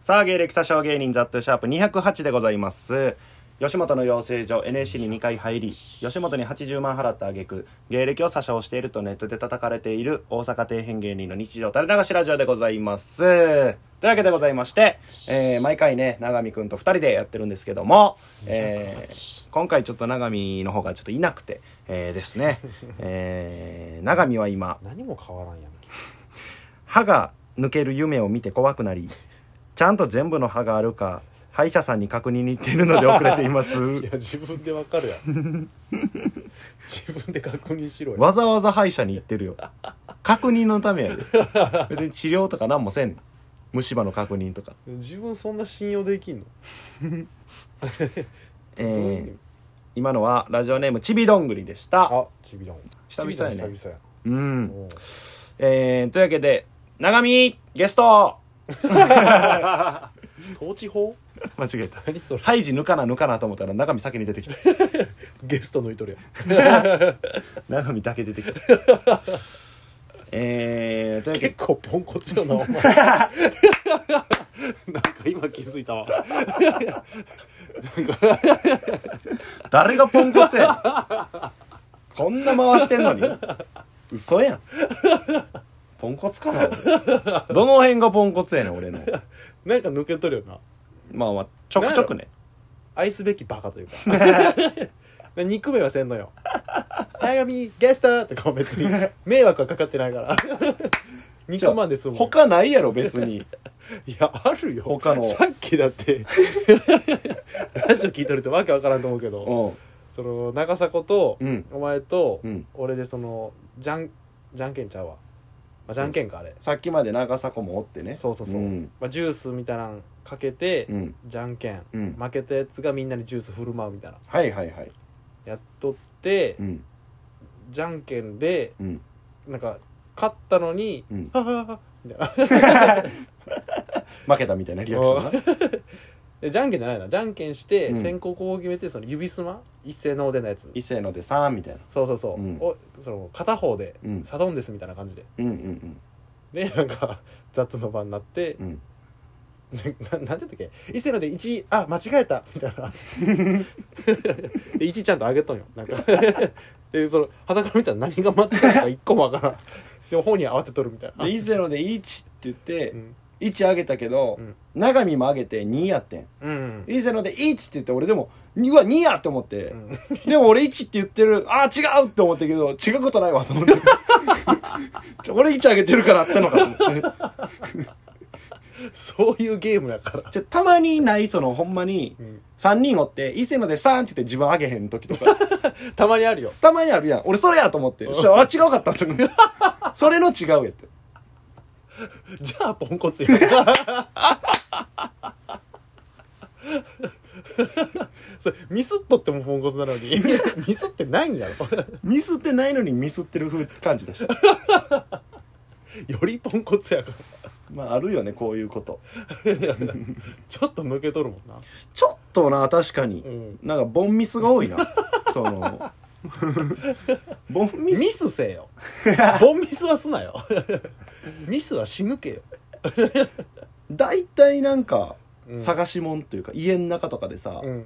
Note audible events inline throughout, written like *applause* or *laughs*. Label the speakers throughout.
Speaker 1: さあ芸歴詐称芸人ザットシャープ208でございます吉本の養成所 NSC に2回入り吉本に80万払った挙句芸歴を詐称しているとネットで叩かれている大阪底辺芸人の日常垂れ流しラジオでございますというわけでございまして、えー毎回ね永見くんと2人でやってるんですけども、えー今回ちょっと永見の方がちょっといなくて、えーですね、えー永見は今
Speaker 2: 何も変わらんやんけ
Speaker 1: 歯が抜ける夢を見て怖くなりちゃんと全部の歯があるか歯医者さんに確認に行っているので遅れています
Speaker 2: いや自分でわかるやん自分で確認しろよ
Speaker 1: *laughs* わざわざ歯医者に行ってるよ確認のため *laughs* やで別に治療とか何もせんねん虫歯の確認とか、
Speaker 2: 自分そんな信用できんの
Speaker 1: え
Speaker 2: どういう意
Speaker 1: ー
Speaker 2: 味、
Speaker 1: 今のはラジオネームちびどんぐりでした
Speaker 2: あちびらん
Speaker 1: 久々やね
Speaker 2: ちびらん久々や
Speaker 1: う
Speaker 2: お
Speaker 1: ん
Speaker 2: う
Speaker 1: えー、というわけで長見ゲスト
Speaker 2: 統治法
Speaker 1: 間違えた
Speaker 2: 何それ
Speaker 1: ハイジ抜かな抜かなと思ったら長見先に出てき *laughs* た
Speaker 2: ゲスト抜いとるや
Speaker 1: 長見だけ出てきた *laughs* えー、というわ
Speaker 2: ん
Speaker 1: けで
Speaker 2: 結構ポンコツよ
Speaker 1: *laughs*
Speaker 2: なお前なんか今気づいたわ
Speaker 1: 誰がポンコツやねん *laughs* こんな回してんのに嘘やんポンコツかな俺どの辺がポンコツやねん俺の
Speaker 2: なんか抜けとるよな
Speaker 1: まあまあちょくちょくね
Speaker 2: 愛すべきバカ
Speaker 1: *laughs*
Speaker 2: というか憎めはせんのよ「悩みゲスト!」とかは別に迷惑はかかってないから
Speaker 1: *laughs*
Speaker 2: 憎まんですもん
Speaker 1: 他ないやろ別
Speaker 2: *laughs*
Speaker 1: に
Speaker 2: いやあるよ
Speaker 1: 他の
Speaker 2: さっきだって
Speaker 1: *laughs*
Speaker 2: ラジオ聞いとるとわけわからんと思うけど、
Speaker 1: うん
Speaker 2: その長迫と、
Speaker 1: うん
Speaker 2: お前と、
Speaker 1: うん
Speaker 2: 俺でそのじゃんじゃんけんちゃうわ、まあ、じゃんけんかあれ、
Speaker 1: さっきまで長迫もおってね
Speaker 2: そうそうそう、
Speaker 1: ん
Speaker 2: まあ、ジュースみたいなのかけて、
Speaker 1: うん
Speaker 2: じゃんけん、
Speaker 1: うん
Speaker 2: 負けたやつがみんなにジュース振る舞うみたいな
Speaker 1: はいはいはい
Speaker 2: やっとって、
Speaker 1: うん
Speaker 2: じゃんけんで
Speaker 1: うん
Speaker 2: なんか勝ったのに
Speaker 1: うん
Speaker 2: 「はははみたいな
Speaker 1: 負けたみたいなリアクシ
Speaker 2: *laughs*
Speaker 1: ョンな
Speaker 2: でじゃんけんじゃないなじゃんけんして、
Speaker 1: うん
Speaker 2: 先行後攻決めてその指すま一斉のおでのやつ
Speaker 1: 伊勢のでさんみたいな
Speaker 2: そうそうそ
Speaker 1: う
Speaker 2: う、
Speaker 1: ん
Speaker 2: おその片方で
Speaker 1: うん
Speaker 2: サドンデスみたいな感じで
Speaker 1: うんうん *laughs*
Speaker 2: でなんか雑の番になって
Speaker 1: う、んうん
Speaker 2: でななんて言ったっけ伊勢ので1あ間違えたみたい
Speaker 1: *laughs*
Speaker 2: なで1ちゃんと上げとんよなんかでその裸から見たら何が間違ったか一個もわからんでも本人は慌てとるみたいな
Speaker 1: で伊勢ので1って言って
Speaker 2: うん
Speaker 1: 1上げたけど
Speaker 2: うん
Speaker 1: 長見も上げて2やってん
Speaker 2: うん
Speaker 1: いいせので「1」って言って俺でも「うわ2や!」って思って、
Speaker 2: ん
Speaker 1: でも俺「1」って言ってるああ違うって思ったけど違うことないわと思ってちょ俺1あげてるからあったのかと思って
Speaker 2: そういうゲームやか
Speaker 1: *laughs*
Speaker 2: ら
Speaker 1: じゃたまにないそのほんまに
Speaker 2: ん
Speaker 1: 3人おって「いいせので3」って言って自分あげへん時とか
Speaker 2: たまにあるよ
Speaker 1: たまにあるやん俺それやと思ってそしたらあ違うかったって思ってそれの違うやって
Speaker 2: じゃあポンコツやそれミスっとってもポンコツなのにミスってないんやろ
Speaker 1: ミスってないのにミスってる風感じだし
Speaker 2: よりポンコツやから
Speaker 1: まああるよねこういうこと
Speaker 2: ちょっと抜けとるもんな
Speaker 1: ちょっとな確かに、
Speaker 2: うん
Speaker 1: なんかボンミスが
Speaker 2: *laughs*
Speaker 1: 多いなそのボンミス
Speaker 2: ミスせよボンミスはすなよミスは死ぬけよ
Speaker 1: 大体なんか
Speaker 2: うん
Speaker 1: 探し物というか、家の中とかでさ、
Speaker 2: うん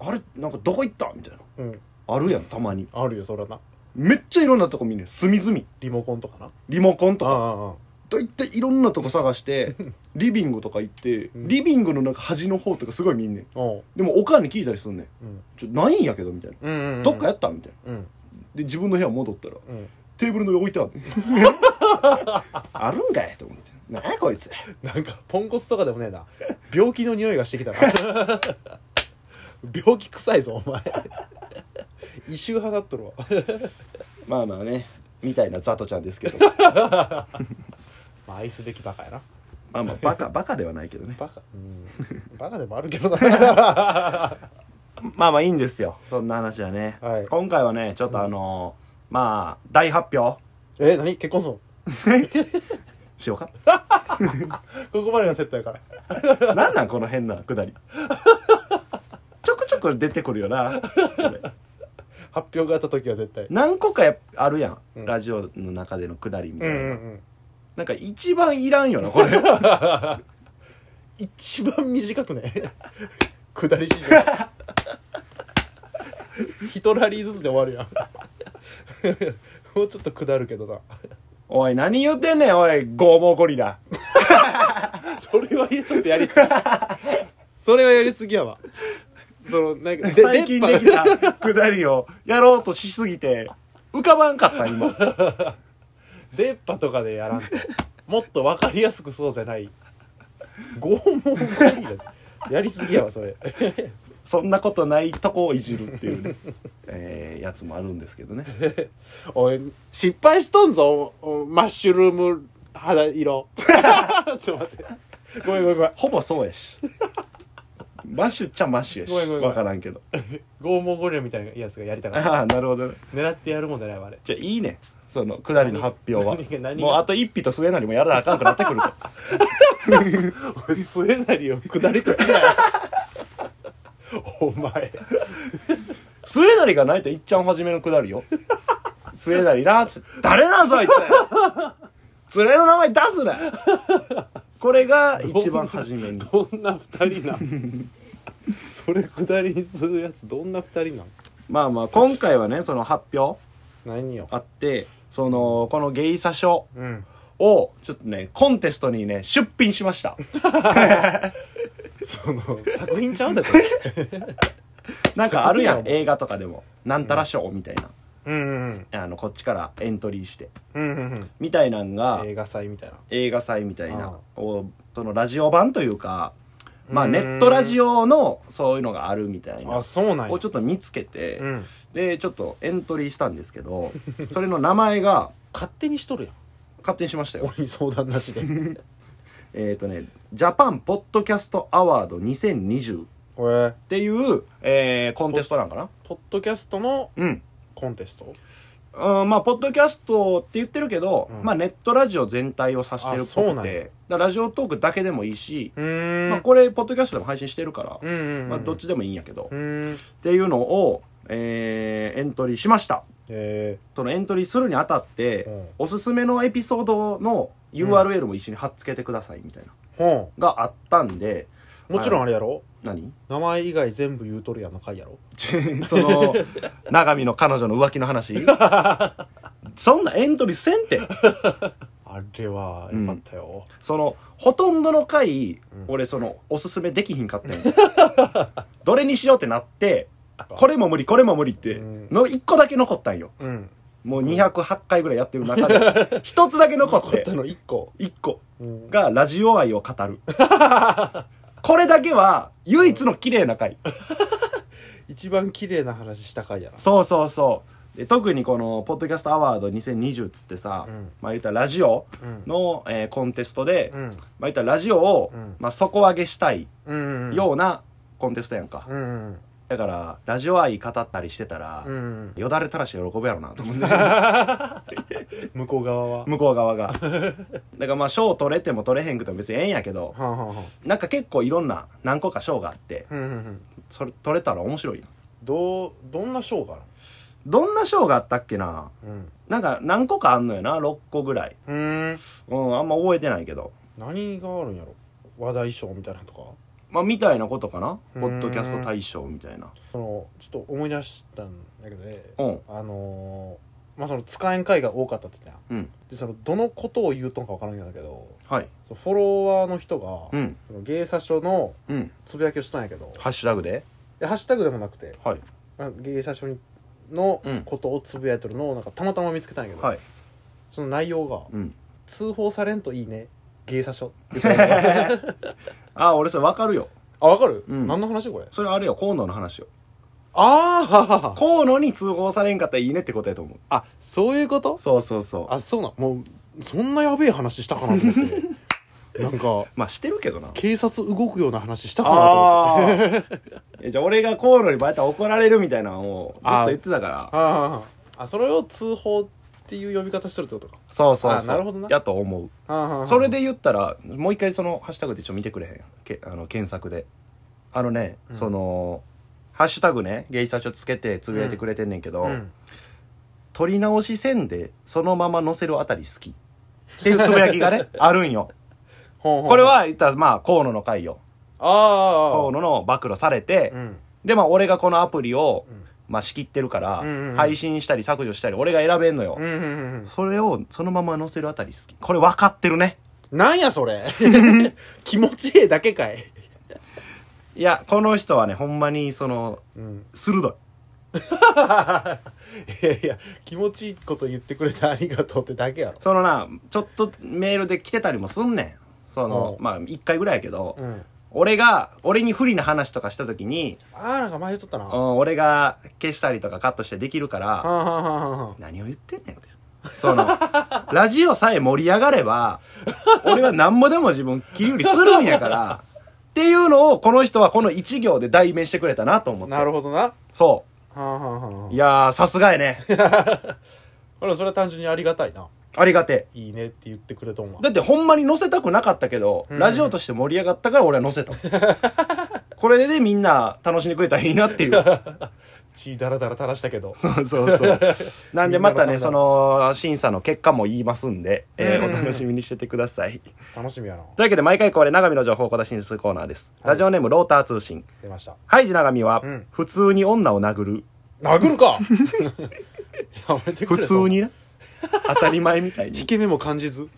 Speaker 1: あれなんかどこ行ったみたいな
Speaker 2: うん
Speaker 1: あるやんたまに
Speaker 2: あるよそらな
Speaker 1: めっちゃいろんなとこ見んねん隅々
Speaker 2: リモコンとかな
Speaker 1: リモコンと
Speaker 2: ああ
Speaker 1: か
Speaker 2: ああ
Speaker 1: 大体いろんなとこ探して
Speaker 2: *laughs*
Speaker 1: リビングとか行って、
Speaker 2: うん
Speaker 1: リビングのなんか端の方とかすごい見んねん
Speaker 2: おう
Speaker 1: でもおかんに聞いたりすんねん
Speaker 2: うん
Speaker 1: ちょないんやけどみたいな、
Speaker 2: うんうんうん
Speaker 1: どっかやったみたいな
Speaker 2: うん
Speaker 1: で自分の部屋戻ったら
Speaker 2: うん
Speaker 1: テーブルの上置いてあんねん *laughs* あるんかいと思ってなんやこいつ
Speaker 2: なんかポンコツとかでもねえな病気の匂いがしてきたな病気臭いぞお前異臭放っとるわ
Speaker 1: まあまあねみたいなザトちゃんです *laughs* けど
Speaker 2: まあ愛すべきバカやな
Speaker 1: まあまあバカバカではないけどね
Speaker 2: バカうんバカでもあるけどな
Speaker 1: まあまあいいんですよそんな話はね、
Speaker 2: はい
Speaker 1: 今回はねちょっとあのーまあ大発表
Speaker 2: え何結婚すんの
Speaker 1: し *laughs* ようか
Speaker 2: ここまでがセットやから
Speaker 1: なんなんこの変なくだりちょくちょく出てくるよなこれ
Speaker 2: 発表があった時は絶対
Speaker 1: 何個かやっあるやん、
Speaker 2: うん
Speaker 1: ラジオの中でのくだりみた
Speaker 2: う
Speaker 1: い
Speaker 2: ん
Speaker 1: な、
Speaker 2: うんうん
Speaker 1: なんか一番いらんよなこれ
Speaker 2: い一番短くね下り市場一ラリーずつで終わるやんもうちょっと下るけどな
Speaker 1: *laughs* おい、何言ってんねん、おい、ゴーモーゴリラ。
Speaker 2: それはちょっとやりすぎ *laughs* それはやりすぎやわそのなんかで
Speaker 1: 最近で
Speaker 2: 出っ
Speaker 1: き
Speaker 2: *laughs* 歯
Speaker 1: たくだりをやろうとしすぎて、浮かばんかった、今。
Speaker 2: 出っ歯とかでやらんともっと分かりやすくそうじゃない拷問行為だやりすぎやわそれ
Speaker 1: そんなことないとこをいじるっていう
Speaker 2: *laughs*
Speaker 1: ね、えーやつもあるんですけどね。
Speaker 2: おい失敗しとんぞおマッシュルーム肌色 *laughs* ちょっと待ってごめんごめんごめん
Speaker 1: ほぼそうやし。マッシュっちゃマッシュや
Speaker 2: ごめんごめ
Speaker 1: し。
Speaker 2: んごめん
Speaker 1: わからんけど。
Speaker 2: 拷問ゴリラみたいなやつがやりたかった
Speaker 1: ああ、なるほどね。
Speaker 2: 狙ってやるもんじゃないわあれ
Speaker 1: じゃあいいねんそのくだりの発表は
Speaker 2: 何が何が
Speaker 1: もうあと一匹と末成もやらなあかんくなってくる
Speaker 2: *laughs*
Speaker 1: と
Speaker 2: おい末成を下りとすなよお前
Speaker 1: 末成がないといっちゃん初めのくだりよ *laughs* 末成なっつって誰なんぞあいつ連れの名前出すなこれが一番初めに
Speaker 2: どんな二人なん *laughs* それ下りにするやつどんな二人なん
Speaker 1: まあまあ今回はねその発表
Speaker 2: 何よ
Speaker 1: あってそのこのゲイサショ
Speaker 2: うん
Speaker 1: をちょっとねコンテストにね出品しま *laughs* した
Speaker 2: その作品ちゃうん *laughs* だから
Speaker 1: なんかあるや
Speaker 2: そ
Speaker 1: ん
Speaker 2: うだよ
Speaker 1: 映画とかでもなんたら賞みたいな、
Speaker 2: うんうん
Speaker 1: あのこっちからエントリーして
Speaker 2: うんうん
Speaker 1: みたいなんが
Speaker 2: 映画祭みたいな
Speaker 1: 映画祭みたいな
Speaker 2: あ
Speaker 1: をそのラジオ版というかまあ
Speaker 2: うーん
Speaker 1: ネットラジオのそういうのがあるみたいな
Speaker 2: あそうなんや
Speaker 1: をちょっと見つけて、
Speaker 2: うん
Speaker 1: でちょっとエントリーしたんですけど *laughs* それの名前が
Speaker 2: 勝手にしとるやん
Speaker 1: 勝手にしましたよ
Speaker 2: 俺に相談な *laughs* しでへ
Speaker 1: えっ、とね「ジャパンポッドキャストアワード2020」っ
Speaker 2: え
Speaker 1: ていう、えーコンテストなんかな
Speaker 2: ポッドキャストの
Speaker 1: うん
Speaker 2: コンテスト
Speaker 1: うん、まあ、ポッドキャストって言ってるけど、
Speaker 2: うん
Speaker 1: まあ、ネットラジオ全体を指してるっ
Speaker 2: あそ
Speaker 1: ぽ
Speaker 2: う
Speaker 1: く
Speaker 2: なんや
Speaker 1: て、だからラジオトークだけでもいいし、
Speaker 2: うーん
Speaker 1: まあ、これ、ポッドキャストでも配信してるから、
Speaker 2: うんうんうん
Speaker 1: まあ、どっちでもいいんやけど、
Speaker 2: う
Speaker 1: っ
Speaker 2: ーん
Speaker 1: ていうのを、えーエントリーしました
Speaker 2: え
Speaker 1: そのエントリーするにあたって、
Speaker 2: うん
Speaker 1: おすすめのエピソードの URL も一緒に貼っつけてくださいみたいな、
Speaker 2: ー、ほ
Speaker 1: があったんで
Speaker 2: んもちろん
Speaker 1: あ
Speaker 2: あれやろ
Speaker 1: 何 *laughs*
Speaker 2: 名前以外全部言うとるやんの回やろ
Speaker 1: その永見の彼女の浮気の話 *laughs* そんなエントリーせんて
Speaker 2: あれはよかったよ、
Speaker 1: そのほとんどの回、
Speaker 2: ん
Speaker 1: 俺そのおすすめできひんかったんやどれにしようってなってこれも無理これも無理って
Speaker 2: うん
Speaker 1: の1個だけ残ったんよ
Speaker 2: うん
Speaker 1: もう208回ぐらいやってる中で、
Speaker 2: *laughs*
Speaker 1: 一つだけ残っ
Speaker 2: 残ってた、の1個、
Speaker 1: 一個
Speaker 2: うん、
Speaker 1: がラジオ愛を語る。これだけは唯一の綺麗な回。
Speaker 2: 一番綺麗な話した回やな
Speaker 1: そうそうそう。で特にこの、ポッドキャストアワード2020っつってさ、
Speaker 2: うん
Speaker 1: まあ言ったらラジオ
Speaker 2: うん
Speaker 1: の、えーコンテストで、
Speaker 2: うん
Speaker 1: まあ言ったらラジオを、
Speaker 2: うん
Speaker 1: まあ底上げしたい
Speaker 2: うんうん
Speaker 1: ようなコンテストやんか。
Speaker 2: うんうん
Speaker 1: だから、ラジオ愛語ったりしてたら、
Speaker 2: うん
Speaker 1: よだれ垂らして喜ぶやろなと思って。
Speaker 2: 向こう側は
Speaker 1: 向こう側がだからまあ賞取れても取れへんくても別にええんやけど
Speaker 2: はんはんはん
Speaker 1: なんか結構いろんな何個か賞があって
Speaker 2: うんうんうん
Speaker 1: それ取れたら面白いやん
Speaker 2: どうどんなショーがあ
Speaker 1: どんな賞があったっけな
Speaker 2: るの
Speaker 1: なんか何個かあんのよな6個ぐらい
Speaker 2: うんうん
Speaker 1: うんあんま覚えてないけど
Speaker 2: 何があるんやろ話題賞みたいなのとか
Speaker 1: まあみたいなことかな
Speaker 2: うん
Speaker 1: ポッドキャスト大賞みたいな
Speaker 2: そのちょっと思い出したんだけどね
Speaker 1: うん
Speaker 2: あのーまあその使えん回が多かったって言ったやん
Speaker 1: うん
Speaker 2: でそのどのことを言うとんか分からんやんだけど
Speaker 1: はい
Speaker 2: そのフォロワーの人が、
Speaker 1: うん
Speaker 2: その芸者書の
Speaker 1: うん
Speaker 2: つぶやきをしたんやけど
Speaker 1: ハッシュタグで
Speaker 2: でハッシュタグでもなくて
Speaker 1: はい
Speaker 2: あ芸者書の
Speaker 1: うん
Speaker 2: ことをつぶやいてるのをなんかたまたま見つけたんやけど、
Speaker 1: はい
Speaker 2: その内容が
Speaker 1: うん
Speaker 2: 「通報されんといいね芸者書」
Speaker 1: *laughs*
Speaker 2: って言ったんや
Speaker 1: あ俺それわかるよ
Speaker 2: あわかる、
Speaker 1: うん
Speaker 2: 何の話これ
Speaker 1: それあれよ河野の話よ
Speaker 2: あー
Speaker 1: 河野に通報されんかったらいいねってことやと思う
Speaker 2: あそういうこと
Speaker 1: そうそうそう
Speaker 2: あそうなんもうそんなやべえ話したかなと思っ
Speaker 1: *laughs*
Speaker 2: てなんか
Speaker 1: まあしてるけどな
Speaker 2: 警察動くような話したかなと思っ
Speaker 1: あ
Speaker 2: て
Speaker 1: あえじゃあ俺が河野にバレたら怒られるみたいなのをずっと言ってたから
Speaker 2: あああそれを通報っていう呼び方してるってことか
Speaker 1: そうそう
Speaker 2: あ
Speaker 1: そう
Speaker 2: ーなるほどな
Speaker 1: やと思う
Speaker 2: ああ
Speaker 1: それで言ったらもう一回そのハッシュタグでちょっと見てくれへんけあの検索であのね、
Speaker 2: うん
Speaker 1: そのハッシュタグね芸者書つけてつぶやいてくれてんねんけど、
Speaker 2: うん、
Speaker 1: 撮り直 *laughs* しせんでそのまま載せるあたり好きっていうつぶやきがねあるんよ
Speaker 2: ほんほん
Speaker 1: これは言ったらまあ河野の回よ
Speaker 2: ああああ
Speaker 1: 河野の暴露されて、
Speaker 2: うん
Speaker 1: でまあ俺がこのアプリを、まあ仕切ってるから、
Speaker 2: うんうんうん
Speaker 1: 配信したり削除したり俺が選べんのよ、
Speaker 2: うんうんうん
Speaker 1: それをそのまま載せるあたり好きこれ分かってるね
Speaker 2: うんなんや
Speaker 1: *laughs*
Speaker 2: それ *laughs* 気持ちええだけかい
Speaker 1: いやこの人はねほんまにその
Speaker 2: うん
Speaker 1: 鋭い
Speaker 2: いやいや気持ちいいこと言ってくれてありがとうってだけやろ
Speaker 1: そのなちょっとメールで来てたりもすんねんその、
Speaker 2: うん
Speaker 1: まあ1回ぐらいやけど、
Speaker 2: うん
Speaker 1: 俺が俺に不利な話とかした時に、
Speaker 2: ああなんか前言っとったな
Speaker 1: う
Speaker 2: は
Speaker 1: ん、俺が消したりとかカットしてできるから、
Speaker 2: あはあはあはあ
Speaker 1: 何を言ってんねんって。その、 *laughs* ラジオさえ盛り上がれば、俺はなんぼでも自分切り売りするんやから、っていうのをこの人はこの一行で代弁してくれたなと思って。
Speaker 2: なるほどなは
Speaker 1: そ
Speaker 2: あはあは
Speaker 1: う。いやー、さすがやね。
Speaker 2: ああらそれは単純にありがたいな
Speaker 1: ありがて
Speaker 2: いいねって言ってくれとんわ
Speaker 1: え。だってほんまに載せたくなかったけど、
Speaker 2: うん
Speaker 1: ラジオとして盛り上がったから俺は載せた。これでみんな楽しんでくれたらいいなっていう。
Speaker 2: *laughs* 血だらだら垂らしたけど
Speaker 1: そうそうそう。なんでまた
Speaker 2: みんなのためだ
Speaker 1: ね、その審査の結果も言いますんで、えー
Speaker 2: うん
Speaker 1: お楽しみにしててください。
Speaker 2: 楽しみやな
Speaker 1: というわけで毎回恒例長見の情報を小出しにするコーナーです、ラジオネームローター通信
Speaker 2: 出ました
Speaker 1: ハイジ長見は、
Speaker 2: うん
Speaker 1: 普通に女を殴る
Speaker 2: 殴
Speaker 1: *laughs*
Speaker 2: るかやめてく
Speaker 1: 普
Speaker 2: れ
Speaker 1: 通にな *laughs* 当たり前みたい
Speaker 2: 引
Speaker 1: に
Speaker 2: け目も感じず